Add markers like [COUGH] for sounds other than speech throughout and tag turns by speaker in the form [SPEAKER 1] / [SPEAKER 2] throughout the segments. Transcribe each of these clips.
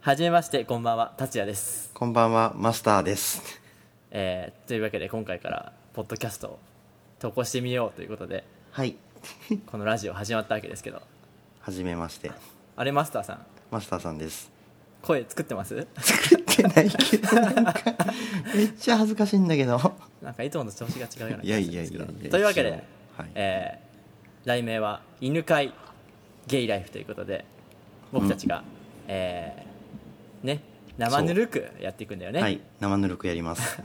[SPEAKER 1] はじめまして、こんばんは、達也です。
[SPEAKER 2] こんばんは、マスターです。
[SPEAKER 1] えーというわけで、今回から、ポッドキャストを投稿してみようということで、
[SPEAKER 2] はい。
[SPEAKER 1] このラジオ始まったわけですけど、
[SPEAKER 2] はじめまして。
[SPEAKER 1] あれ、マスターさん、
[SPEAKER 2] マスターさんです。
[SPEAKER 1] 声作ってます [LAUGHS]
[SPEAKER 2] 作ってないけど、なん [LAUGHS] か、めっちゃ恥ずかしいんだけど。
[SPEAKER 1] なんかいつもと調子が違うような気
[SPEAKER 2] いや
[SPEAKER 1] がする
[SPEAKER 2] い
[SPEAKER 1] ん
[SPEAKER 2] や
[SPEAKER 1] です
[SPEAKER 2] い
[SPEAKER 1] け
[SPEAKER 2] や
[SPEAKER 1] ど。
[SPEAKER 2] いや。
[SPEAKER 1] というわけで、
[SPEAKER 2] はい。
[SPEAKER 1] えー題名は「犬飼ゲイライフ」ということで僕たちが、えーね生ぬるくやっていくんだよねそう,、
[SPEAKER 2] はい。生ぬるくやります。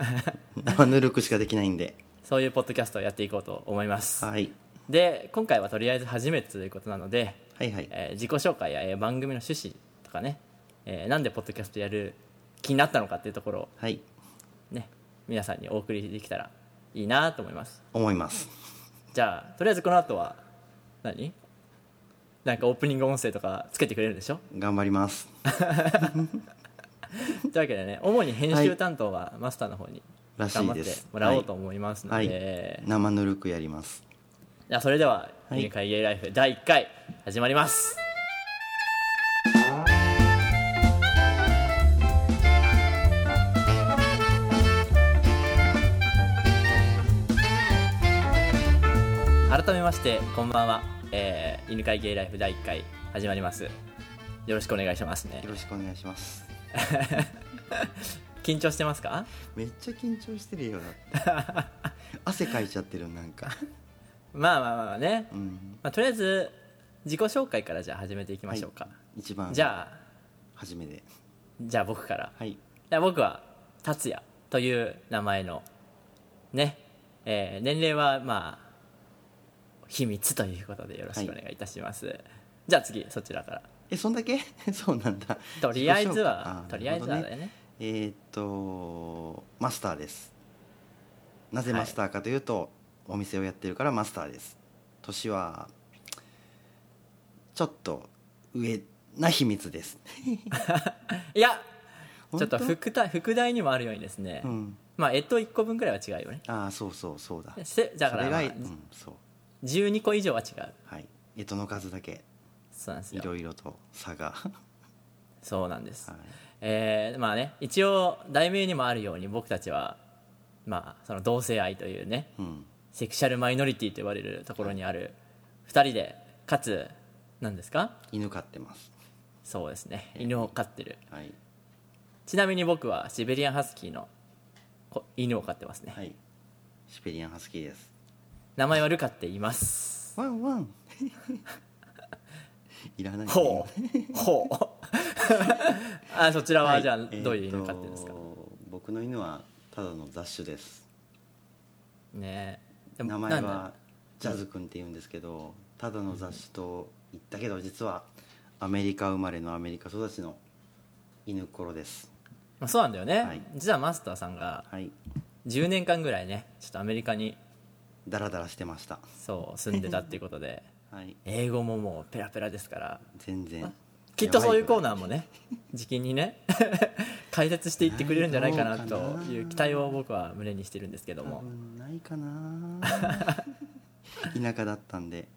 [SPEAKER 2] 生ぬるくしかできないんで。
[SPEAKER 1] いうポッドキャストをやっていこうと思います、
[SPEAKER 2] はい。
[SPEAKER 1] で今回はとりあえず初めてということなので、
[SPEAKER 2] はいはい。
[SPEAKER 1] えー自己紹介や、えー番組の趣旨とかね、えーなんでポッドキャストやる気になったのかっていうところを
[SPEAKER 2] はい。
[SPEAKER 1] ね皆さんにお送りできたらいいなと思います
[SPEAKER 2] 思います。
[SPEAKER 1] じゃあとりあえずこの後は何なんかオープニング音声とかつけてくれるんでしょ
[SPEAKER 2] 頑張ります。
[SPEAKER 1] というわけでね主に編集担当はマスターの方に
[SPEAKER 2] ら
[SPEAKER 1] 頑
[SPEAKER 2] し
[SPEAKER 1] 張
[SPEAKER 2] い
[SPEAKER 1] って
[SPEAKER 2] です。
[SPEAKER 1] もらおうと
[SPEAKER 2] はい
[SPEAKER 1] 思いますの
[SPEAKER 2] は
[SPEAKER 1] で、
[SPEAKER 2] い
[SPEAKER 1] じ
[SPEAKER 2] 生ぬるくやります。
[SPEAKER 1] ゃあそれでは「
[SPEAKER 2] はい
[SPEAKER 1] 犬飼イエイライフ」第1回始まります、改めましてこんばんは、えー、犬飼ゲイライフ第1回始まりますよろしくお願いしますね
[SPEAKER 2] よろしくお願いします。
[SPEAKER 1] 緊張してますか
[SPEAKER 2] めっちゃ緊張してるよ。だ [LAUGHS] って汗かいちゃってる、なんか。
[SPEAKER 1] まあまあまあまあね、
[SPEAKER 2] うん。
[SPEAKER 1] まあ、とりあえず自己紹介からじゃあ始めていきましょうか、
[SPEAKER 2] 一番。
[SPEAKER 1] じゃあ
[SPEAKER 2] 初めで。
[SPEAKER 1] じゃあ僕から
[SPEAKER 2] はい。
[SPEAKER 1] じゃあ僕は達也という名前のね、えー年齢はまあ秘密ということでよろしくお願いいたします、じゃあ次そちらから
[SPEAKER 2] えそんだけ [LAUGHS] そうなんだ
[SPEAKER 1] とりあえずは
[SPEAKER 2] 自己紹介
[SPEAKER 1] とりあえずは
[SPEAKER 2] な
[SPEAKER 1] だ
[SPEAKER 2] るほど
[SPEAKER 1] よね
[SPEAKER 2] えーっとマスターですなぜマスターかというと、お店をやってるからマスターです年はちょっと上な秘
[SPEAKER 1] [LAUGHS]
[SPEAKER 2] 密です
[SPEAKER 1] いやちょっと
[SPEAKER 2] 本当
[SPEAKER 1] 副題副題にもあるようにですね、
[SPEAKER 2] うん
[SPEAKER 1] まあえっと1個分くらいは違うよね
[SPEAKER 2] ああそうそうそうだ
[SPEAKER 1] せだから、
[SPEAKER 2] それ
[SPEAKER 1] ま
[SPEAKER 2] が
[SPEAKER 1] あ
[SPEAKER 2] うんそう
[SPEAKER 1] 12個以上は違う
[SPEAKER 2] はい干支の数だけ
[SPEAKER 1] そうなんです
[SPEAKER 2] い
[SPEAKER 1] よ
[SPEAKER 2] ろいろと差
[SPEAKER 1] [LAUGHS]
[SPEAKER 2] が
[SPEAKER 1] そうなんです、
[SPEAKER 2] はい
[SPEAKER 1] えーまあね一応題名にもあるように僕たちはまあその同性愛というね
[SPEAKER 2] うん
[SPEAKER 1] セクシャルマイノリティと呼ばれるところにある2人でかつ何ですか
[SPEAKER 2] 犬飼ってます
[SPEAKER 1] そうですね犬を飼ってる
[SPEAKER 2] はい
[SPEAKER 1] ちなみに僕はシベリアンハスキーのこ犬を飼ってますね、
[SPEAKER 2] はいシベリアンハスキーです
[SPEAKER 1] 名前はルカって言います
[SPEAKER 2] ワンワン [LAUGHS] いらないね
[SPEAKER 1] ほうほう [LAUGHS] あそちらはじゃあ
[SPEAKER 2] は
[SPEAKER 1] どういう犬を飼ってるんですか、
[SPEAKER 2] えーと僕の犬はただの雑種です
[SPEAKER 1] ねえでも
[SPEAKER 2] 名前
[SPEAKER 1] なんだ
[SPEAKER 2] はジャズくんって言うんですけどただの雑種と言ったけど実はアメリカ生まれのアメリカ育ちの犬ころです
[SPEAKER 1] まあ、そうなんだよね、
[SPEAKER 2] はい
[SPEAKER 1] 実はマスターさんが
[SPEAKER 2] はい
[SPEAKER 1] 10年間ぐらいねちょっとアメリカに
[SPEAKER 2] ダラダラしてました
[SPEAKER 1] そう住んでたっていうことで
[SPEAKER 2] はい
[SPEAKER 1] 英語ももうペラペラですから
[SPEAKER 2] 全然
[SPEAKER 1] きっとそういうコー
[SPEAKER 2] ー
[SPEAKER 1] ナーもね時期にね [LAUGHS] 解説していってくれるんじゃないかなという期待を僕は胸にしてるんですけど
[SPEAKER 2] 多
[SPEAKER 1] も
[SPEAKER 2] 分ない
[SPEAKER 1] [LAUGHS]
[SPEAKER 2] かな田舎だったんで、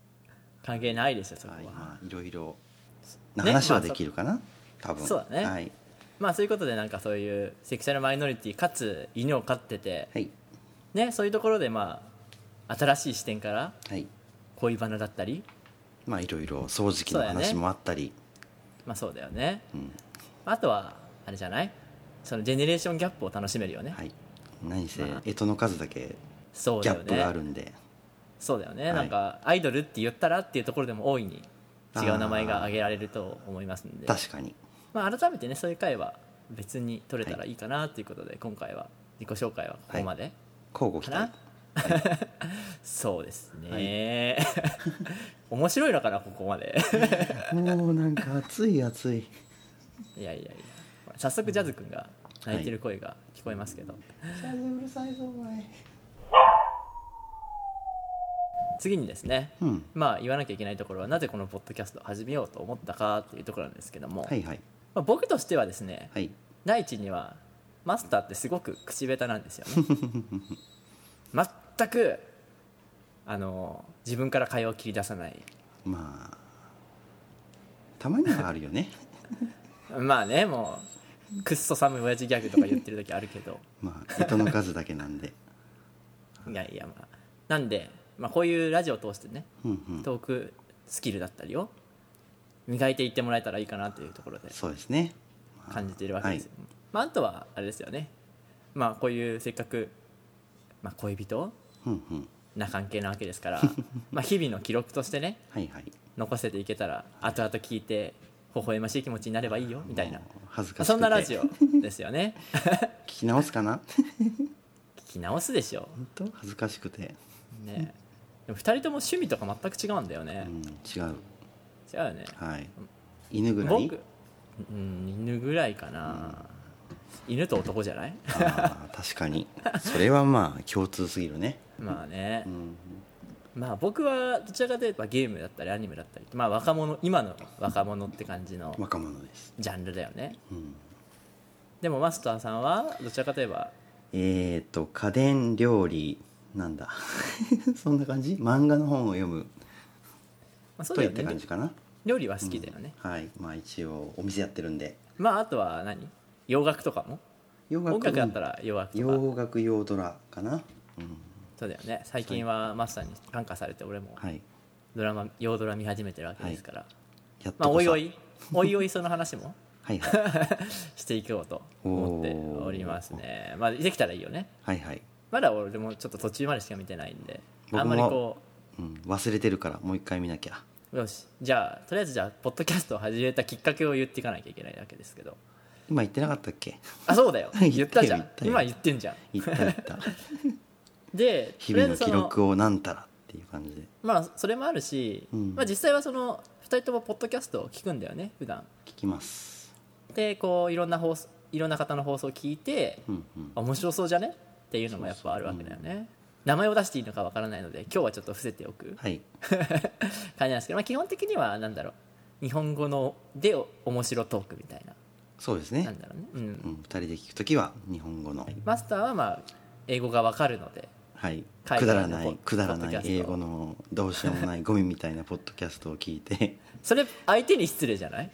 [SPEAKER 1] 関係ないですよそこ
[SPEAKER 2] は、
[SPEAKER 1] はい
[SPEAKER 2] まあいろいろ
[SPEAKER 1] ね
[SPEAKER 2] な話は
[SPEAKER 1] まあ
[SPEAKER 2] できるかな、多分
[SPEAKER 1] そうだね
[SPEAKER 2] はい、
[SPEAKER 1] まあそういうことでなんかそういうセクシャルマイノリティかつ犬を飼ってて
[SPEAKER 2] はい
[SPEAKER 1] ねそういうところでまあ新しい視点から
[SPEAKER 2] はい
[SPEAKER 1] 恋バナだったり
[SPEAKER 2] まあいろいろ掃除機
[SPEAKER 1] そ
[SPEAKER 2] の
[SPEAKER 1] うだよ
[SPEAKER 2] 話
[SPEAKER 1] ね
[SPEAKER 2] もあったり
[SPEAKER 1] まあそうだよね
[SPEAKER 2] う,、
[SPEAKER 1] あとはあれじゃないそのジェネレーションギャップを楽しめるよね、
[SPEAKER 2] んはい何せ
[SPEAKER 1] まあ
[SPEAKER 2] 干支の数だけ
[SPEAKER 1] そう
[SPEAKER 2] ギ
[SPEAKER 1] だ
[SPEAKER 2] ャ
[SPEAKER 1] よね
[SPEAKER 2] ップがあるんで、
[SPEAKER 1] そうだよね、
[SPEAKER 2] はい
[SPEAKER 1] なんかアイドルって言ったらっていうところでも大いに違う名前が挙げられると思いますんで
[SPEAKER 2] 確かに
[SPEAKER 1] まあ、改めてねそういう回は別に取れたらいいかなということで、今回は自己紹介はここまで、
[SPEAKER 2] 交互期
[SPEAKER 1] かな
[SPEAKER 2] 待、
[SPEAKER 1] そうですね、 [LAUGHS] 面白いのかなここまで [LAUGHS]
[SPEAKER 2] [LAUGHS] もうなんか暑い暑い
[SPEAKER 1] いやいやいや早速ジャズくんが泣いてる声が聞こえますけど、
[SPEAKER 2] うるさいぞお前
[SPEAKER 1] 次にですね
[SPEAKER 2] うん
[SPEAKER 1] まあ言わなきゃいけないところはなぜこのポッドキャストを始めようと思ったかっていうところなんですけども、
[SPEAKER 2] はいはい
[SPEAKER 1] まあ、僕としてはですね
[SPEAKER 2] はい
[SPEAKER 1] 第一にはマスターってすごく口下手なんですよね全くあの自分から会話を切り出さない
[SPEAKER 2] まあたまにはあるよね [LAUGHS]
[SPEAKER 1] まあねもうくっそ寒い親父ギャグとか言ってる時あるけど
[SPEAKER 2] まあ糸の数だけなんで
[SPEAKER 1] いやいやまあなんで、まあ、こういうラジオを通してね
[SPEAKER 2] うんうん
[SPEAKER 1] トークスキルだったりを磨いていってもらえたらいいかなというところで
[SPEAKER 2] そうですね
[SPEAKER 1] 感じているわけですよ、まあ、あとはあれですよねまあこういうせっかく、まあ、恋人
[SPEAKER 2] うんうん
[SPEAKER 1] な関係なわけですから
[SPEAKER 2] [LAUGHS]
[SPEAKER 1] まあ日々の記録としてね
[SPEAKER 2] はいはい
[SPEAKER 1] 残せていけたら後々聞いて微笑ましい気持ちになればいいよみたいな
[SPEAKER 2] もう恥ずかしくて
[SPEAKER 1] そんなラジオですよね
[SPEAKER 2] 聞き直すかな
[SPEAKER 1] 聞き直すでしょ
[SPEAKER 2] 本当恥ずかしくて、
[SPEAKER 1] うねでも2人とも趣味とか全く違うんだよ
[SPEAKER 2] う
[SPEAKER 1] ね、
[SPEAKER 2] ん、違
[SPEAKER 1] 違
[SPEAKER 2] う
[SPEAKER 1] うよね
[SPEAKER 2] はい犬ぐらい
[SPEAKER 1] 僕うん犬ぐらいかな、犬と男じゃない [LAUGHS]
[SPEAKER 2] あー確かにそれはまあ共通すぎるね、
[SPEAKER 1] まあね
[SPEAKER 2] う、ん、
[SPEAKER 1] まあ僕はどちらかといえばゲームだったりアニメだったりまあ若者今の若者って感じの
[SPEAKER 2] 若者です、
[SPEAKER 1] ジャンルだよね
[SPEAKER 2] うん、
[SPEAKER 1] でもマスターさんはどちらかといえば
[SPEAKER 2] えっ、ー、と家電料理なんだ [LAUGHS] そんな感じ漫画の本を読む
[SPEAKER 1] まあ、そう
[SPEAKER 2] と
[SPEAKER 1] だ
[SPEAKER 2] い
[SPEAKER 1] よ
[SPEAKER 2] った
[SPEAKER 1] ね
[SPEAKER 2] 感じかな、
[SPEAKER 1] 料理は好きだよね、
[SPEAKER 2] はいまあ一応お店やってるんで
[SPEAKER 1] まああとは何洋楽とかも
[SPEAKER 2] 洋
[SPEAKER 1] 音楽だった
[SPEAKER 2] ら
[SPEAKER 1] ら洋楽とか
[SPEAKER 2] 洋楽用ドラかな、うん、
[SPEAKER 1] そうだよね最近はマスターに感化されて俺も
[SPEAKER 2] はい
[SPEAKER 1] ドラマ洋ドラ見始めてるわけですから、
[SPEAKER 2] やっとこ
[SPEAKER 1] まあ
[SPEAKER 2] そ
[SPEAKER 1] おいおいおいおいその話も [LAUGHS]
[SPEAKER 2] はいはい
[SPEAKER 1] していこうと思っておりますねまあできたらいいよね
[SPEAKER 2] はいはい、
[SPEAKER 1] まだ俺もちょっと途中までしか見てないんで
[SPEAKER 2] 僕も
[SPEAKER 1] あんまりこ
[SPEAKER 2] うん、忘れてるからもう一回見なきゃ
[SPEAKER 1] うよしじゃあとりあえずじゃあポッドキャストを始めたきっかけを言っていかなきゃいけないわけですけど
[SPEAKER 2] 今言ってなかったっけ
[SPEAKER 1] あそうだよ言ったじゃ
[SPEAKER 2] [LAUGHS] 言
[SPEAKER 1] ん
[SPEAKER 2] ったよ
[SPEAKER 1] 今言ってんじゃん
[SPEAKER 2] 言った言った
[SPEAKER 1] で
[SPEAKER 2] 日
[SPEAKER 1] とりあ
[SPEAKER 2] 々
[SPEAKER 1] え
[SPEAKER 2] の
[SPEAKER 1] ずそ
[SPEAKER 2] 記録をなんたらっていう感じで
[SPEAKER 1] まあそれもあるし、
[SPEAKER 2] うん
[SPEAKER 1] まあ、実際はその2人ともポッドキャストを聞くんだよね普段
[SPEAKER 2] 聞きます
[SPEAKER 1] でこういろんな放送いろんな方の放送を聞いて、
[SPEAKER 2] うんうん
[SPEAKER 1] 面白そうじゃねっていうのもやっぱあるわけだよね名前を出していいのかわからないので今日はちょっと伏せておく
[SPEAKER 2] はい
[SPEAKER 1] 感じなんですけど、まあ、基本的にはなんだろう日本語のでお面白トークみたいな
[SPEAKER 2] そうです
[SPEAKER 1] な
[SPEAKER 2] ね
[SPEAKER 1] んだろうね、うん
[SPEAKER 2] うん、2人で聞くときは日本語の、
[SPEAKER 1] マスターはまあ英語がわかるので
[SPEAKER 2] はい、
[SPEAKER 1] 海外の
[SPEAKER 2] くだらな
[SPEAKER 1] ポ
[SPEAKER 2] い
[SPEAKER 1] ッ
[SPEAKER 2] くだら
[SPEAKER 1] ポッ
[SPEAKER 2] な
[SPEAKER 1] ド
[SPEAKER 2] い
[SPEAKER 1] キャスト
[SPEAKER 2] 英語のどうしようもないゴミみたいなポッドキャストを聞いて [LAUGHS]
[SPEAKER 1] それ相手に失礼じゃない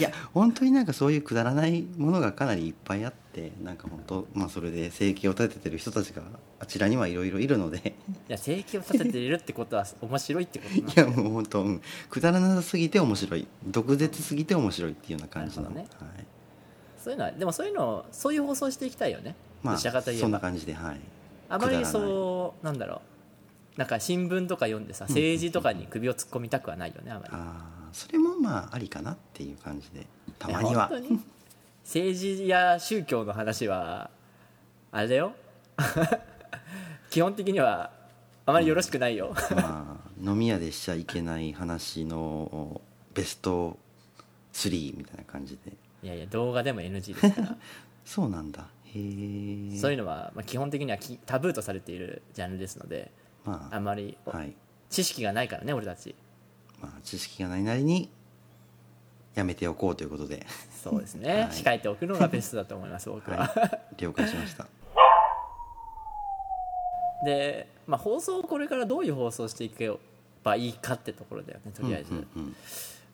[SPEAKER 2] いや本当になんかそういうくだらないものがかなりいっぱいあってなんか本当、まあ、それで生計を立ててる人たちがあちらにはいろいろいるので [LAUGHS]
[SPEAKER 1] いや生計を立てているってことは面白いってことない
[SPEAKER 2] やもう本当、うん、くだらなさすぎて面白い毒舌すぎて面白いっていうような感じなの
[SPEAKER 1] なる
[SPEAKER 2] はい、
[SPEAKER 1] そういうのはでもそういうのをそういう放送していきたいよね、
[SPEAKER 2] まあ
[SPEAKER 1] どちらかといえ
[SPEAKER 2] そんな
[SPEAKER 1] ば
[SPEAKER 2] 感じではい
[SPEAKER 1] あまり
[SPEAKER 2] う
[SPEAKER 1] そうなんだろうなんか新聞とか読んでさ政治とかに首を突っ込みたくはないよねあまり
[SPEAKER 2] あーそれもまあありかなっていう感じでたまには
[SPEAKER 1] 本当に政治や宗教の話はあれだよ [LAUGHS] 基本的にはあまりよろしくないよ、
[SPEAKER 2] まあ、飲み屋でしちゃいけない話のベスト3みたいな感じで
[SPEAKER 1] いやいや動画でも NG ですから
[SPEAKER 2] そうなんだへえ
[SPEAKER 1] そういうのは、まあ、基本的にはきタブーとされているジャンルですので
[SPEAKER 2] ま
[SPEAKER 1] あ
[SPEAKER 2] あ
[SPEAKER 1] まり
[SPEAKER 2] はい
[SPEAKER 1] 知識がないからね俺たち
[SPEAKER 2] まあ知識がないなりにやめておこうということで
[SPEAKER 1] そうですね、
[SPEAKER 2] はい
[SPEAKER 1] 控えておくのがベストだと思い
[SPEAKER 2] [LAUGHS]
[SPEAKER 1] ます僕は、 [LAUGHS]
[SPEAKER 2] はい了解しました
[SPEAKER 1] で、まあ、放送をこれからどういう放送していけばいいかってところだよねとりあえず、
[SPEAKER 2] うんうんうん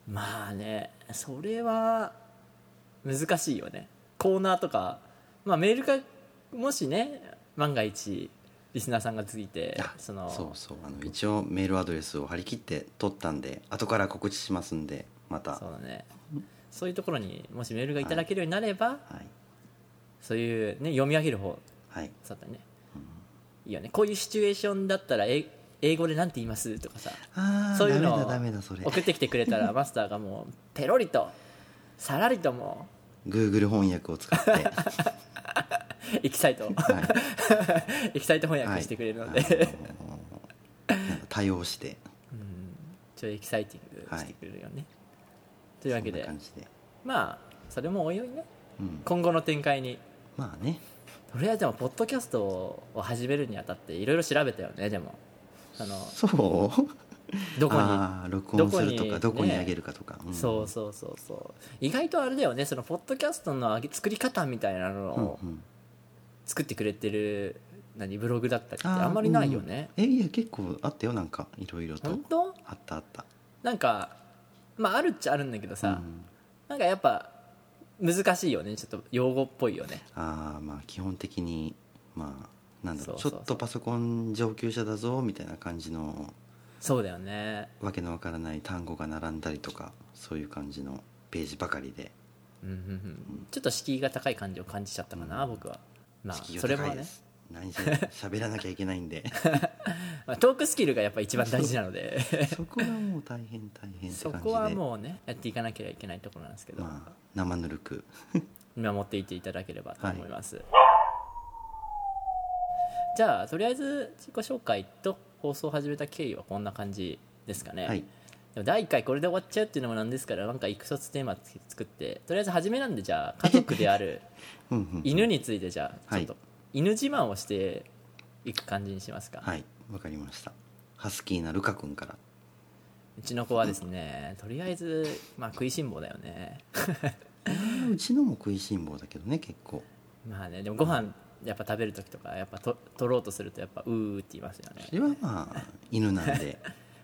[SPEAKER 1] まあねそれは難しいよねコーナーとか、まあ、メールかもしね万が一リスナーさんがついて
[SPEAKER 2] あ
[SPEAKER 1] その
[SPEAKER 2] そうそうあの一応メールアドレスを張り切って取ったんで後から告知しますんでまた
[SPEAKER 1] そうだねそういうところにもしメールがいただけるようになれば、
[SPEAKER 2] はい
[SPEAKER 1] そういう、ね、読み上げる方
[SPEAKER 2] はい
[SPEAKER 1] そうだね、いいよねこういうシチュエーションだったらえ英語でなんて言いますとかさ
[SPEAKER 2] ああ
[SPEAKER 1] そういうの
[SPEAKER 2] ダメ
[SPEAKER 1] を
[SPEAKER 2] だダメだそれ
[SPEAKER 1] 送ってきてくれ
[SPEAKER 2] [LAUGHS]
[SPEAKER 1] たらマスターがもうペロリとさらりとも
[SPEAKER 2] Google 翻訳
[SPEAKER 1] [LAUGHS]
[SPEAKER 2] を使っては
[SPEAKER 1] うエキサイト
[SPEAKER 2] い
[SPEAKER 1] [LAUGHS] エキサイト翻訳してくれるので、
[SPEAKER 2] はいあのなんか対応して
[SPEAKER 1] ちょいエキサイティングしてくれるよね、というわけ
[SPEAKER 2] そ
[SPEAKER 1] で
[SPEAKER 2] んな感じで、
[SPEAKER 1] まあそれもおいおいね
[SPEAKER 2] うん、
[SPEAKER 1] 今後の展開に
[SPEAKER 2] まあね
[SPEAKER 1] とりあえずでもポッドキャストを始めるにあたっていろいろ調べたよねでもその
[SPEAKER 2] そう
[SPEAKER 1] どこに
[SPEAKER 2] ああ録音するとか
[SPEAKER 1] ど
[SPEAKER 2] ど
[SPEAKER 1] こ
[SPEAKER 2] こ
[SPEAKER 1] に
[SPEAKER 2] にあげるかとか、うん
[SPEAKER 1] そうそうそうそう意外とあれだよねそのポッドキャストの上げ作り方みたいなの
[SPEAKER 2] うん
[SPEAKER 1] を
[SPEAKER 2] うん
[SPEAKER 1] 作ってくれてる何ブログだったりって
[SPEAKER 2] あー
[SPEAKER 1] あんまりないよね、
[SPEAKER 2] うんえいや結構あったよなんかいろいろと
[SPEAKER 1] 本当
[SPEAKER 2] あったあった
[SPEAKER 1] なんかまああるっちゃあるんだけどさ、
[SPEAKER 2] うん
[SPEAKER 1] なんかやっぱ難しいよねちょっと用語っぽいよね
[SPEAKER 2] ああまあ基本的にまあなんだろう
[SPEAKER 1] そうそう
[SPEAKER 2] ち
[SPEAKER 1] そ
[SPEAKER 2] ょ
[SPEAKER 1] う
[SPEAKER 2] っとパソコン上級者だぞみたいな感じの
[SPEAKER 1] そうだよね
[SPEAKER 2] わけのわからない単語が並んだりとかそういう感じのページばかりで
[SPEAKER 1] うんうんうんちょっと敷居が高い感じを感じちゃったかな、僕はまあ
[SPEAKER 2] 敷居
[SPEAKER 1] そ
[SPEAKER 2] が
[SPEAKER 1] れも
[SPEAKER 2] 高いで
[SPEAKER 1] ね、
[SPEAKER 2] す、何せ喋らなきゃいけない
[SPEAKER 1] [LAUGHS]
[SPEAKER 2] んで
[SPEAKER 1] まあ、トークスキルがやっぱ一番大事なので
[SPEAKER 2] そこはもう大変大変っ
[SPEAKER 1] [LAUGHS]
[SPEAKER 2] て
[SPEAKER 1] そ
[SPEAKER 2] 感じで
[SPEAKER 1] こはもうねやっていかなきゃいけないところなんですけど、
[SPEAKER 2] まあ生ぬるく
[SPEAKER 1] 見守っていていただければと思います、じゃあとりあえず自己紹介と放送を始めた経緯はこんな感じですかね、
[SPEAKER 2] はい
[SPEAKER 1] でも第1回これで終わっちゃうっていうのもなんですからなんかいくつテーマつけ作ってとりあえず初めなんでじゃあ家族である
[SPEAKER 2] うんうん
[SPEAKER 1] 犬についてじゃあ
[SPEAKER 2] は
[SPEAKER 1] ち
[SPEAKER 2] い
[SPEAKER 1] ょっと犬自慢をしていく感じにしますか、
[SPEAKER 2] はいわかりましたハスキーなルカ君から
[SPEAKER 1] うちの子はですねとりあえず、まあ、食いしん坊だよね
[SPEAKER 2] うちのも食いしん坊だけどね結構
[SPEAKER 1] まあねでもご飯やっぱ食べる時とかやっぱと取ろうとするとやっぱうーって言いますよね
[SPEAKER 2] それはまあ犬
[SPEAKER 1] [LAUGHS]
[SPEAKER 2] なんで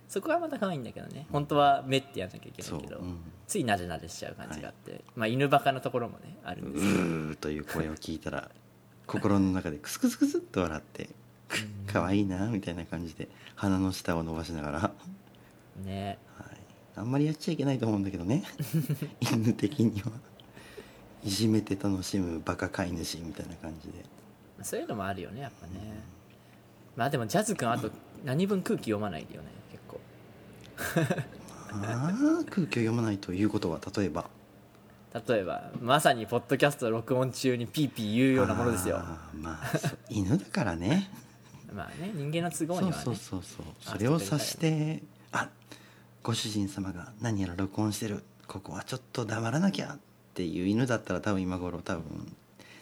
[SPEAKER 1] そこはまた可愛いんだけどね本当は目ってやんなきゃいけな
[SPEAKER 2] そ、
[SPEAKER 1] いうけど、
[SPEAKER 2] うん、
[SPEAKER 1] ついなでなでしちゃう感じがあって、まあ犬バカなところもねあるん
[SPEAKER 2] う
[SPEAKER 1] ですけど、
[SPEAKER 2] ーという声を聞いたら心の中でクスクスクスっと笑って可愛いなみたいな感じで鼻の下を伸ばしながら、はい、
[SPEAKER 1] ね
[SPEAKER 2] あんまりやっちゃいけないと思うんだけど
[SPEAKER 1] [LAUGHS]
[SPEAKER 2] ね犬的にはいじめて楽しむバカ飼い主みたいな感じで
[SPEAKER 1] そういうのもあるよねやっぱね、まあでもジャズ君あと何分空気読まないよね結構
[SPEAKER 2] ああ空気を読まないということは例えば
[SPEAKER 1] 例えばまさにポッドキャスト録音中にピーピー言うようなものですよ
[SPEAKER 2] あーまあそう犬だからね
[SPEAKER 1] まあね人間の都合
[SPEAKER 2] そ
[SPEAKER 1] に
[SPEAKER 2] う
[SPEAKER 1] はね
[SPEAKER 2] そうそうそうそれを察してあご主人様が何やら録音してるここはちょっと黙らなきゃっていう犬だったら多分今頃多分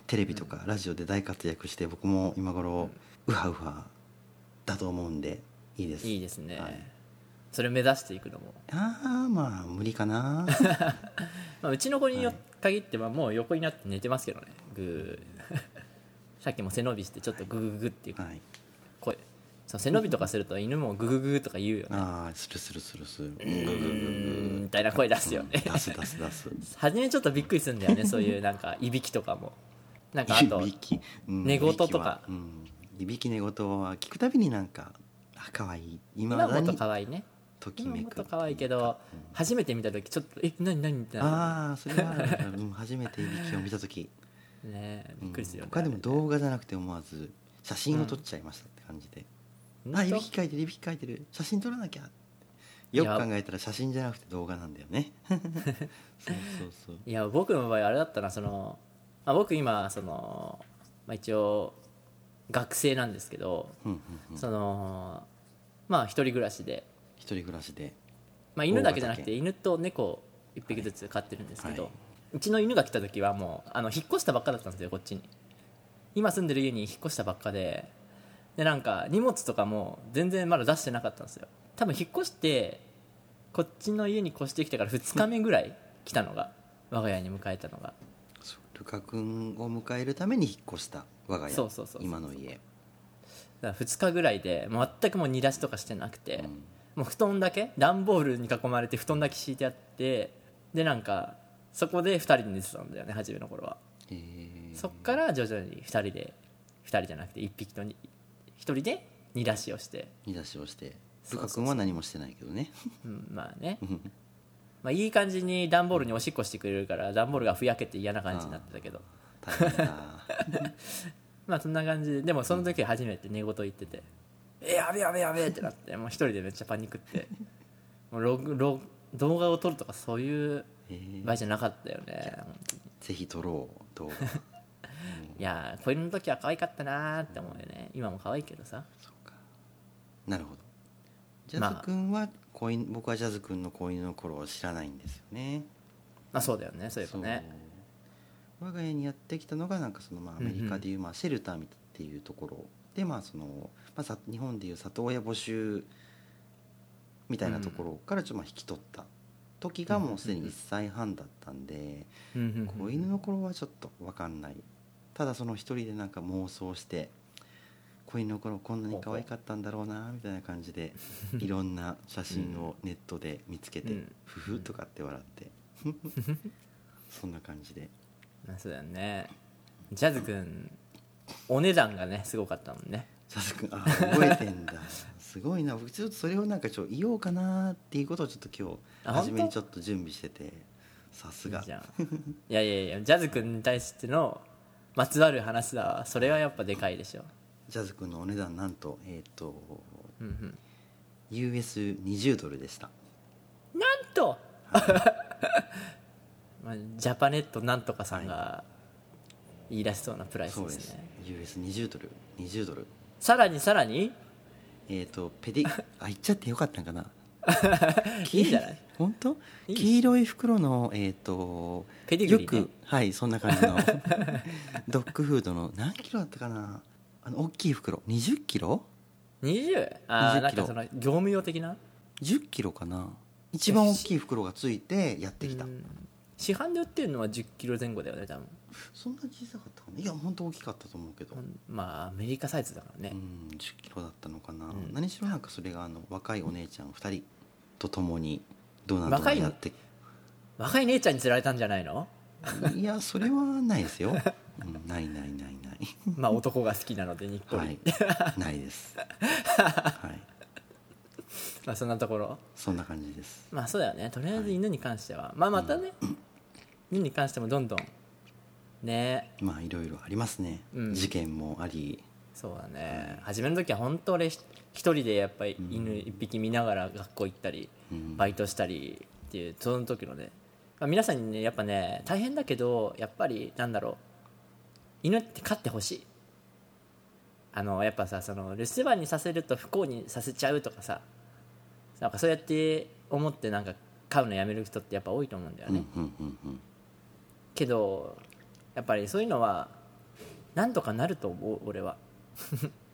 [SPEAKER 2] テレビとかラジオで大活躍して僕も今頃ウハウハだと思うんでいいです
[SPEAKER 1] いいですね、
[SPEAKER 2] はい
[SPEAKER 1] それ目指していくのも、
[SPEAKER 2] ああまあ無理かな
[SPEAKER 1] まあ、うちの子によ限ってはもう横になって寝てますけどねグー [LAUGHS] さっきも背伸びしてちょっとググググっていう
[SPEAKER 2] はい
[SPEAKER 1] 声そう背伸びとかすると犬もググググとか言うよね
[SPEAKER 2] ああするするするする
[SPEAKER 1] うんみたいな声出すよね
[SPEAKER 2] 出す出す出す
[SPEAKER 1] [LAUGHS] 初めちょっとびっくりするんだよねそういうなんかいびきとかもなんかあと
[SPEAKER 2] いびき、うん
[SPEAKER 1] 寝言とか
[SPEAKER 2] いびきはうん、いびき寝言は聞くたびになんかあ可愛い今
[SPEAKER 1] 今
[SPEAKER 2] だ
[SPEAKER 1] もっと
[SPEAKER 2] に
[SPEAKER 1] 可愛いね
[SPEAKER 2] とき
[SPEAKER 1] 今
[SPEAKER 2] め
[SPEAKER 1] もっ
[SPEAKER 2] く
[SPEAKER 1] と可愛いけど初めて見た時ちょっと「え何何?」みたいな
[SPEAKER 2] ああそれはあるある、うん、 [LAUGHS] 初めていびきを見た時、
[SPEAKER 1] ねえ
[SPEAKER 2] う
[SPEAKER 1] びっ
[SPEAKER 2] ん
[SPEAKER 1] くりするよね
[SPEAKER 2] 他でも
[SPEAKER 1] あれ
[SPEAKER 2] 動画じゃなくて思わず写真を撮っちゃいましたって感じで、
[SPEAKER 1] ほんと
[SPEAKER 2] あいびき書いてるいびき書いてる写真撮らなきゃよく考えたら写真じゃなくて動画なんだよ
[SPEAKER 1] [LAUGHS]
[SPEAKER 2] ねそうそうそう
[SPEAKER 1] いや僕の場合あれだったなその、まあ、僕今その、まあ、一応学生なんですけど、
[SPEAKER 2] うんうんうん
[SPEAKER 1] そのまあ一人暮らしで、
[SPEAKER 2] 一人暮らしで
[SPEAKER 1] まあ、犬だけじゃなくて
[SPEAKER 2] 大
[SPEAKER 1] 犬と猫を1匹ずつ飼ってるんですけど、
[SPEAKER 2] はいう
[SPEAKER 1] ちの犬が来た時はもうあの引っ越したばっかだったんですよこっちに今住んでる家に引っ越したばっかででなんか荷物とかも全然まだ出してなかったんですよ多分引っ越してこっちの家に越してきてから2日目ぐらい来たのが我が家に迎えたのが
[SPEAKER 2] そうルカ君を迎えるために引っ越した我が家
[SPEAKER 1] そうそうそうそう
[SPEAKER 2] 今の家
[SPEAKER 1] だから2日ぐらいでもう全くもう煮出しとかしてなくて、
[SPEAKER 2] ん
[SPEAKER 1] もう布団だけ段ボールに囲まれて布団だけ敷いてあってでなんかそこで2人で寝てたんだよね初めの頃は、
[SPEAKER 2] えー
[SPEAKER 1] そっから徐々に2人で2人じゃなくて1匹と1人で煮出しをして、
[SPEAKER 2] 見出しをして
[SPEAKER 1] そうそ
[SPEAKER 2] ルカ
[SPEAKER 1] うそう
[SPEAKER 2] 君は何もしてないけ
[SPEAKER 1] [LAUGHS]
[SPEAKER 2] どね
[SPEAKER 1] うん、まあね、まあ、いい感じに段ボールにおしっこしてくれるから段ボールがふやけて嫌な感じになってたけど
[SPEAKER 2] 大変だ
[SPEAKER 1] まあそんな感じででもその時初めて寝言言ってて「えやべやべやべ」ってなってもう一人でめっちゃパニックって [LAUGHS] もうログログ動画を撮るとかそういう
[SPEAKER 2] えー
[SPEAKER 1] 場合じゃなかったよね本当に
[SPEAKER 2] ぜひ撮ろう動画
[SPEAKER 1] いやー子犬の時は可愛かったなーって思うよね今も可愛いけどさ
[SPEAKER 2] そうかなるほどジャズ君は子犬、僕はジャズ君の子犬の頃を知らないんですよね
[SPEAKER 1] まあそうだよねそういえばね
[SPEAKER 2] そう我が家にやってきたのがなんかそのまあアメリカでいうまあシェルターみたいっていうところでまあそのまあさ日本でいう里親募集みたいなところからちょっとまあ引き取った時がもうすでに1歳半だったんで
[SPEAKER 1] うんうんうん
[SPEAKER 2] 子犬の頃はちょっと分かんないただその一人でなんか妄想して子犬の頃こんなに可愛かったんだろうなみたいな感
[SPEAKER 1] [LAUGHS]
[SPEAKER 2] じでいろんな写真をネットで見つけて
[SPEAKER 1] うん [LAUGHS]
[SPEAKER 2] 「ふふ」とかって笑ってそんな感じで
[SPEAKER 1] まあそうだよねジャズくんお値段がねすごかったもんね
[SPEAKER 2] 佐々君あ覚えてんだすごいな僕ちょっとそれをなんかちょっと言おうかなっていうことをちょっと今日
[SPEAKER 1] あ本当
[SPEAKER 2] 初めにちょっと準備しててさす
[SPEAKER 1] いい
[SPEAKER 2] が
[SPEAKER 1] じゃんいやいやいやジャズくんに対してのまつわる話だわそれはやっぱでかいでしょ
[SPEAKER 2] ジャズ君のお値段なんとえっ、と
[SPEAKER 1] うんうん
[SPEAKER 2] US20 ドルでした
[SPEAKER 1] なんと、 [LAUGHS] まあ、ジャパネットなんとかさんが言い出しそうなプライス
[SPEAKER 2] そう
[SPEAKER 1] で
[SPEAKER 2] ですす
[SPEAKER 1] ね
[SPEAKER 2] US20 ドル20ドル
[SPEAKER 1] さらにさらに
[SPEAKER 2] えっ、とペデ
[SPEAKER 1] [LAUGHS]
[SPEAKER 2] ィあ言っちゃってよかったんかな
[SPEAKER 1] いいんじゃない
[SPEAKER 2] [LAUGHS] 本当
[SPEAKER 1] いい
[SPEAKER 2] 黄色い袋のえっ、と
[SPEAKER 1] ペディグリーね
[SPEAKER 2] よくはいそんな感じの [LAUGHS] ドッグフードの何キロだったかなあの大きい袋20キロ
[SPEAKER 1] 20? ああ
[SPEAKER 2] 20
[SPEAKER 1] なん
[SPEAKER 2] キ
[SPEAKER 1] か
[SPEAKER 2] ロ
[SPEAKER 1] その業務用的な
[SPEAKER 2] 1 0キロかな一番大きい袋がついてやってきた
[SPEAKER 1] うん市販で売ってるのは1 0キロ前後だよね多分
[SPEAKER 2] そんな小さかったかないや本当大きかったと思うけど
[SPEAKER 1] ほんまあアメリカサイズだからね、
[SPEAKER 2] うん1 0キロだったのかな、
[SPEAKER 1] ん
[SPEAKER 2] 何しろなんかそれがあの若いお姉ちゃん2人と共にどうなん
[SPEAKER 1] 若い
[SPEAKER 2] やって
[SPEAKER 1] 若い姉ちゃんに釣られたんじゃないの
[SPEAKER 2] [LAUGHS]
[SPEAKER 1] [LAUGHS]
[SPEAKER 2] いやそれはないですよ、うんないないないない
[SPEAKER 1] まあ男が好きなのでにっこり、
[SPEAKER 2] はい、ないです。はい、
[SPEAKER 1] まあそんなところ
[SPEAKER 2] そんな感じです。
[SPEAKER 1] まあそうだよねとりあえず犬に関しては、まあまた
[SPEAKER 2] [LAUGHS]
[SPEAKER 1] ね、犬に関してもどんどんね
[SPEAKER 2] まあいろいろありますね。
[SPEAKER 1] うん
[SPEAKER 2] 事件もあり、
[SPEAKER 1] そうだね、初めの時は本当俺ひ一人でやっぱり犬一匹見ながら学校行ったり、
[SPEAKER 2] うん
[SPEAKER 1] バイトしたりっていうその時のね、まあ、皆さんにねやっぱね大変だけどやっぱりなんだろう犬って飼ってほしいあのやっぱさその留守番にさせると不幸にさせちゃうとかさなんかそうやって思ってなんか飼うのやめる人ってやっぱ多いと思うんだよ
[SPEAKER 2] うん
[SPEAKER 1] ね、
[SPEAKER 2] うんうんうん、
[SPEAKER 1] けどやっぱりそういうのはなんとかなると思う俺は [LAUGHS]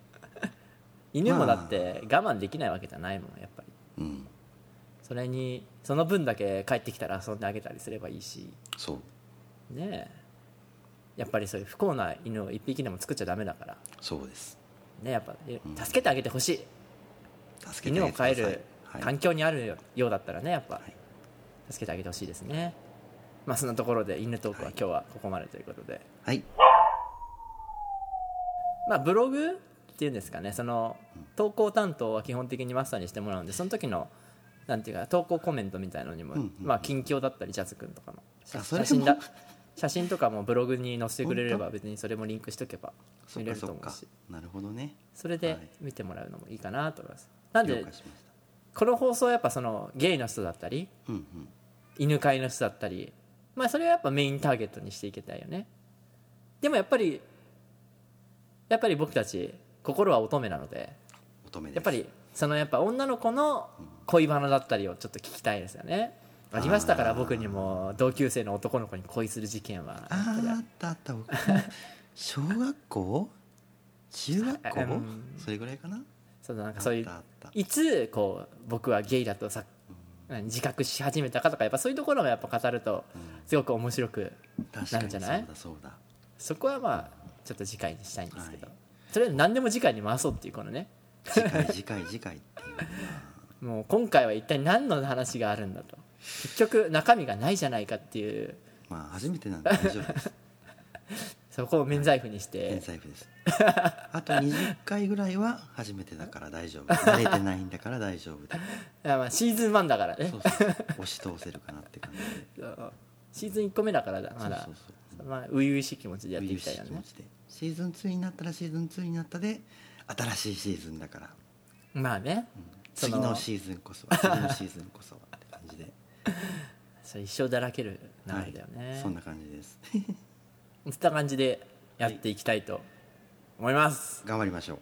[SPEAKER 1] 犬もだって我慢できないわけじゃないもんやっぱり
[SPEAKER 2] うん、
[SPEAKER 1] それにその分だけ帰ってきたら遊んであげたりすればいいし
[SPEAKER 2] そう、
[SPEAKER 1] ねえやっぱりそういう不幸な犬を一匹でも作っちゃダメだから
[SPEAKER 2] そうです。
[SPEAKER 1] ねやっぱ助けてあげてほしい、
[SPEAKER 2] 助けて
[SPEAKER 1] 犬
[SPEAKER 2] あ
[SPEAKER 1] を
[SPEAKER 2] げてくださ
[SPEAKER 1] 飼え
[SPEAKER 2] い。
[SPEAKER 1] る
[SPEAKER 2] はい
[SPEAKER 1] 環、境にあるようだったらねやっぱ、
[SPEAKER 2] い
[SPEAKER 1] 助けてあげてほしいですねまあそんなところで犬トークは今日はここまでということで、
[SPEAKER 2] はい、
[SPEAKER 1] まあ、ブログっていうんですかねその投稿担当は基本的にマスターにしてもらうんでその時のなんていうか投稿コメントみたいのにも、
[SPEAKER 2] んうんうん
[SPEAKER 1] まあ、近況だったりジャズくんとかの写
[SPEAKER 2] あそれ
[SPEAKER 1] 写
[SPEAKER 2] も
[SPEAKER 1] 真だ写真とかもブログに載せてくれれば別にそれもリンクしとけば
[SPEAKER 2] そ
[SPEAKER 1] 見れ
[SPEAKER 2] っか
[SPEAKER 1] ると
[SPEAKER 2] そ
[SPEAKER 1] 思
[SPEAKER 2] っ
[SPEAKER 1] う
[SPEAKER 2] か
[SPEAKER 1] し。
[SPEAKER 2] なるほどね。
[SPEAKER 1] それで
[SPEAKER 2] はい
[SPEAKER 1] 見てもらうのもいいかなと思います、なん
[SPEAKER 2] 了
[SPEAKER 1] で
[SPEAKER 2] 解しまし
[SPEAKER 1] この放送はやっぱそのゲイの人だったり
[SPEAKER 2] た。うんうん、
[SPEAKER 1] 犬飼いの人だったりまあそれはやっぱメインターゲットにしていきたいよねでもやっぱりやっぱり僕たち心は乙女なので
[SPEAKER 2] 乙女です。
[SPEAKER 1] やっぱりそのやっぱ女の子の恋バナだったりをちょっと聞きたいですよねありましたから
[SPEAKER 2] あー
[SPEAKER 1] 僕にも同級生の男の子に恋する事件はや
[SPEAKER 2] あ
[SPEAKER 1] っぱり
[SPEAKER 2] ーあったあった僕も小学校中学校、
[SPEAKER 1] うん
[SPEAKER 2] それぐらいかな
[SPEAKER 1] そのなんかそういう
[SPEAKER 2] あったあった
[SPEAKER 1] いつこう僕はゲイだとさ自覚し始めたかとかやっぱそういうところもやっぱ語るとすごく面白く
[SPEAKER 2] 確
[SPEAKER 1] な
[SPEAKER 2] か
[SPEAKER 1] るん
[SPEAKER 2] に
[SPEAKER 1] じ
[SPEAKER 2] そ
[SPEAKER 1] ゃ
[SPEAKER 2] う
[SPEAKER 1] ない
[SPEAKER 2] だそうだ
[SPEAKER 1] そこはまあちょっと次回にしたいんですけど、
[SPEAKER 2] はい
[SPEAKER 1] とりあえず何でも次回に回そうっていうこのね
[SPEAKER 2] 次回
[SPEAKER 1] [LAUGHS]
[SPEAKER 2] 次回次回っていうのは
[SPEAKER 1] もう今回は一体何の話があるんだと結局中身がないじゃないかっていう
[SPEAKER 2] まあ初めてなんで大丈
[SPEAKER 1] [LAUGHS]
[SPEAKER 2] 夫です
[SPEAKER 1] そこを免罪符にして
[SPEAKER 2] 天才譜ですあと20回ぐらいは初めてだから大丈夫慣れてないんだから大丈
[SPEAKER 1] [LAUGHS]
[SPEAKER 2] 夫だ
[SPEAKER 1] あまあシーズン1だからね
[SPEAKER 2] そうそう押し通せるかなって感じで
[SPEAKER 1] そうシーズン1個目だからだまだ
[SPEAKER 2] そうそうそう
[SPEAKER 1] まあ、初々しい気持ちでやっていきたいよ
[SPEAKER 2] 初々しい気持
[SPEAKER 1] ね
[SPEAKER 2] ちでシーズン2になったらシーズン2になったで新しいシーズンだから
[SPEAKER 1] まあね、そ
[SPEAKER 2] 次
[SPEAKER 1] の
[SPEAKER 2] のシーズンこそは次のシーズンこそはって感じで
[SPEAKER 1] それ一生だらける流れだよね、
[SPEAKER 2] はい、そんな感じです
[SPEAKER 1] そういった感じでやっていきたいと思います
[SPEAKER 2] 頑張りましょう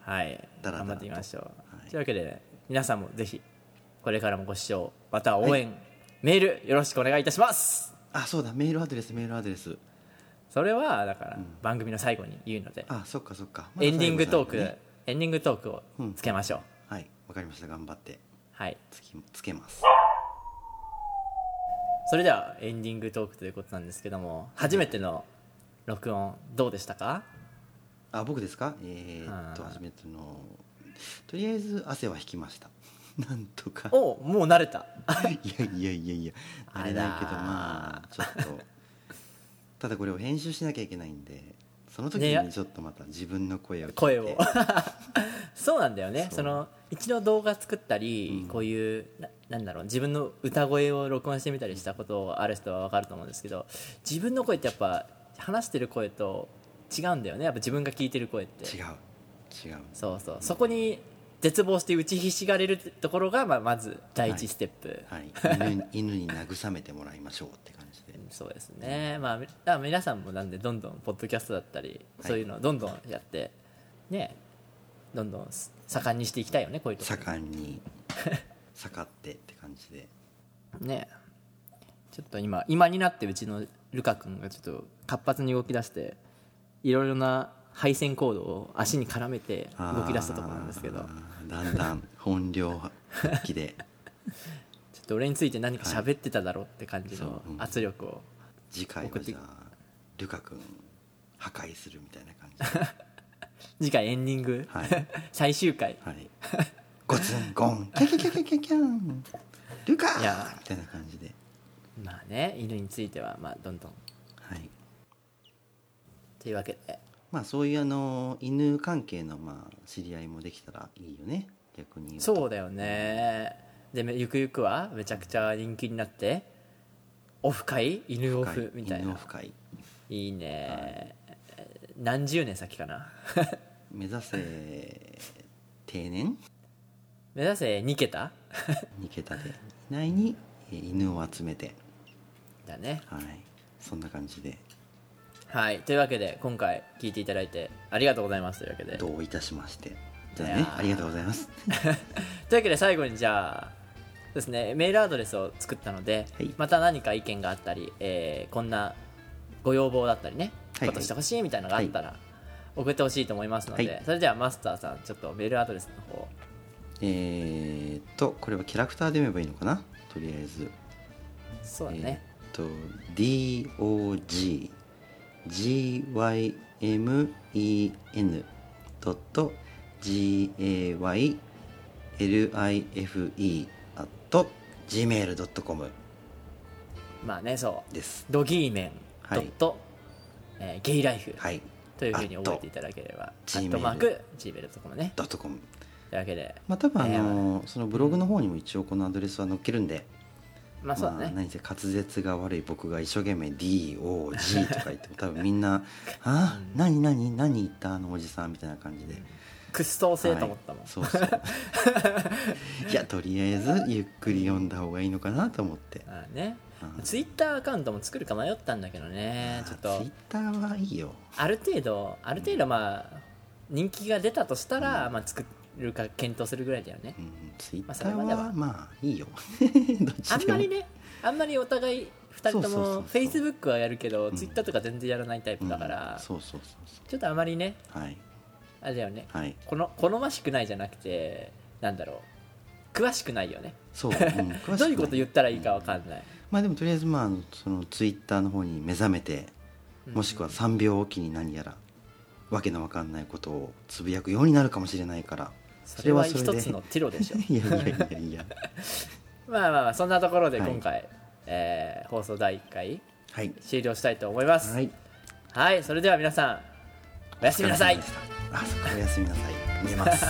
[SPEAKER 1] はい
[SPEAKER 2] だらだ
[SPEAKER 1] 頑
[SPEAKER 2] らと
[SPEAKER 1] 張っていきましょう、
[SPEAKER 2] はい
[SPEAKER 1] というわけで、皆さんもぜひこれからもご視聴または応援、メールよろしくお願いいたします
[SPEAKER 2] あそうだメールアドレスメールアドレス
[SPEAKER 1] それはだから番組の最後に言うので、
[SPEAKER 2] あそっかそっか、まだ
[SPEAKER 1] エンディングトーク、
[SPEAKER 2] 最後なんでね
[SPEAKER 1] エンディングトークをつけましょう、
[SPEAKER 2] はいわかりました頑張って
[SPEAKER 1] はい
[SPEAKER 2] つきつけます
[SPEAKER 1] それではエンディングトークということなんですけども初めての録音どうでしたか
[SPEAKER 2] あ僕ですかえーっと
[SPEAKER 1] はい
[SPEAKER 2] 初めてのとりあえず汗は引きました [LAUGHS] なんとか
[SPEAKER 1] おもう慣れた
[SPEAKER 2] いやいやいやいや
[SPEAKER 1] あら
[SPEAKER 2] 慣れないけどまあちょっとただこれを編集しなきゃいけないんでその時
[SPEAKER 1] ねや
[SPEAKER 2] にちょっとまた自分の声を聞いて
[SPEAKER 1] 声を [LAUGHS] そうなんだよね
[SPEAKER 2] そ
[SPEAKER 1] そうの一度動画作ったり、
[SPEAKER 2] うん
[SPEAKER 1] こういうななんだろう自分の歌声を録音してみたりしたことある人は分かると思うんですけど自分の声ってやっぱ話してる声と違うんだよねやっぱ自分が聞いてる声って
[SPEAKER 2] 違う違う
[SPEAKER 1] そうそうそこに絶望して打ちひしがれるところが、まあ、まず第一ステップ、
[SPEAKER 2] はい犬に犬に慰めてもらいましょうって感じで
[SPEAKER 1] そうですね、まあみあ、皆さんもなんでどんどんポッドキャストだったり、
[SPEAKER 2] はい
[SPEAKER 1] そういうのをどんどんやってねどんどんす盛んにしていきたいよねこういうとこ
[SPEAKER 2] 盛
[SPEAKER 1] [LAUGHS]
[SPEAKER 2] んに盛ってって感じで
[SPEAKER 1] ねちょっと今今になってうちのルカ君がちょっと活発に動き出していろいろな配線コードを足に絡めて [LAUGHS] 動き出したところなんですけどちょ
[SPEAKER 2] あーだんだん本領発
[SPEAKER 1] [LAUGHS]
[SPEAKER 2] 揮
[SPEAKER 1] っ
[SPEAKER 2] で
[SPEAKER 1] と俺について何か喋ってただろうって感じ
[SPEAKER 2] はい
[SPEAKER 1] の
[SPEAKER 2] そううん
[SPEAKER 1] 圧力を、
[SPEAKER 2] 次回はじゃあルカ君破壊するみたいな感
[SPEAKER 1] [LAUGHS]
[SPEAKER 2] じで
[SPEAKER 1] 次回エンディング、
[SPEAKER 2] はい
[SPEAKER 1] [LAUGHS] 最終回
[SPEAKER 2] はいゴツンゴ
[SPEAKER 1] [LAUGHS]
[SPEAKER 2] ンキャキャキャキャキャキャンルカ
[SPEAKER 1] いや
[SPEAKER 2] みたいな感じで
[SPEAKER 1] まあね犬についてはまあどんどん
[SPEAKER 2] はい
[SPEAKER 1] というわけで
[SPEAKER 2] まあそういうあの犬関係のまあ知り合いもできたらいいよね逆に言うと
[SPEAKER 1] そうだよねでめゆくゆくはめちゃくちゃ人気になってオフ会犬オ
[SPEAKER 2] 深い
[SPEAKER 1] フみたい
[SPEAKER 2] 犬オ
[SPEAKER 1] な
[SPEAKER 2] フ会
[SPEAKER 1] いいね、何十年先かな [LAUGHS]
[SPEAKER 2] 目指せ定年
[SPEAKER 1] 目指せ2桁 [LAUGHS]
[SPEAKER 2] 2桁で以内にえー犬を集めて
[SPEAKER 1] だね
[SPEAKER 2] はいそんな感じで
[SPEAKER 1] はいというわけで今回聞いていただいてありがとうございますというわけでと
[SPEAKER 2] どういたしましてじゃあ
[SPEAKER 1] い
[SPEAKER 2] ね
[SPEAKER 1] やー
[SPEAKER 2] ありがとうございます
[SPEAKER 1] いうわけで最後にじゃあそうですねメールアドレスを作ったので、
[SPEAKER 2] はい
[SPEAKER 1] また何か意見があったり、えーこんなご要望だったりね
[SPEAKER 2] はいは
[SPEAKER 1] こ
[SPEAKER 2] い
[SPEAKER 1] としてほしいみたいなのがあったら送ってほしいと思いますので、
[SPEAKER 2] はい
[SPEAKER 1] それではマスターさんちょっとメールアドレスの方
[SPEAKER 2] えーっとこれはキャラクターで読めばいいのかなとりあえず
[SPEAKER 1] そうだ
[SPEAKER 2] え
[SPEAKER 1] ね、
[SPEAKER 2] ーっと DOGYMEN.GAYLIFE.gmail.com
[SPEAKER 1] まあねそう
[SPEAKER 2] です
[SPEAKER 1] ドギーメン
[SPEAKER 2] はい
[SPEAKER 1] ドット、えーゲイライフ
[SPEAKER 2] はい
[SPEAKER 1] というふうに覚えていただければア
[SPEAKER 2] と
[SPEAKER 1] ットマーク Gmail.com ね
[SPEAKER 2] .com
[SPEAKER 1] というわけで
[SPEAKER 2] まあ多分あのーそのブログの方にも一応このアドレスは載っけるんで、
[SPEAKER 1] まあそうだ
[SPEAKER 2] まあ、
[SPEAKER 1] ね、
[SPEAKER 2] 何せ滑舌が悪い僕が一生懸命
[SPEAKER 1] [LAUGHS]
[SPEAKER 2] DOG とか言っても多分みんな「あー何何何言ったあのおじさん」みたいな感じで
[SPEAKER 1] くっそうせえと思ったもん、
[SPEAKER 2] はいそうそういやとりあえずゆっくり読んだ方がいいのかなと思
[SPEAKER 1] [LAUGHS]
[SPEAKER 2] って
[SPEAKER 1] ああね
[SPEAKER 2] うん
[SPEAKER 1] ツイッターアカウントも作るか迷ったんだけどねちょっと
[SPEAKER 2] ツイッターはいいよ
[SPEAKER 1] ある程度ある程度まあ人気が出たとしたら、まあ作るか検討するぐらいだよね、
[SPEAKER 2] うんツイッ
[SPEAKER 1] まあそ
[SPEAKER 2] タ
[SPEAKER 1] れ
[SPEAKER 2] ー
[SPEAKER 1] まで
[SPEAKER 2] は
[SPEAKER 1] は
[SPEAKER 2] まあいいよ [LAUGHS] どっち
[SPEAKER 1] あん
[SPEAKER 2] で
[SPEAKER 1] ま
[SPEAKER 2] も
[SPEAKER 1] りねあんまりお互い2人と
[SPEAKER 2] そうそうそう
[SPEAKER 1] もフェイスブックはやるけど
[SPEAKER 2] ん
[SPEAKER 1] ツイッターとか全然やらないタイプだから、
[SPEAKER 2] うんそうそうそうそ
[SPEAKER 1] ちょっとあまりね
[SPEAKER 2] うはい
[SPEAKER 1] あれだよね
[SPEAKER 2] はい
[SPEAKER 1] この好ましくないじゃなくてなんだろう詳しくないよね [LAUGHS]
[SPEAKER 2] そう、うん詳しくない
[SPEAKER 1] どういうこと言ったらいいかわかんない、
[SPEAKER 2] まあでもとりあえずまあそのツイッターの方に目覚めてもしくは3秒おきに何やらわけのわかんないことをつぶやくようになるかもしれないから
[SPEAKER 1] それは
[SPEAKER 2] それ
[SPEAKER 1] 一
[SPEAKER 2] はそれで
[SPEAKER 1] つのテロでしょ
[SPEAKER 2] [LAUGHS] いやいやいやいや
[SPEAKER 1] まあまあまあそんなところで
[SPEAKER 2] はい
[SPEAKER 1] 今回、えー放送第1回 [LAUGHS]
[SPEAKER 2] はい
[SPEAKER 1] 終了したいと思います
[SPEAKER 2] は
[SPEAKER 1] はい、
[SPEAKER 2] い
[SPEAKER 1] それでは皆さんおやすみなさい
[SPEAKER 2] あそこおやすみなさい寝ます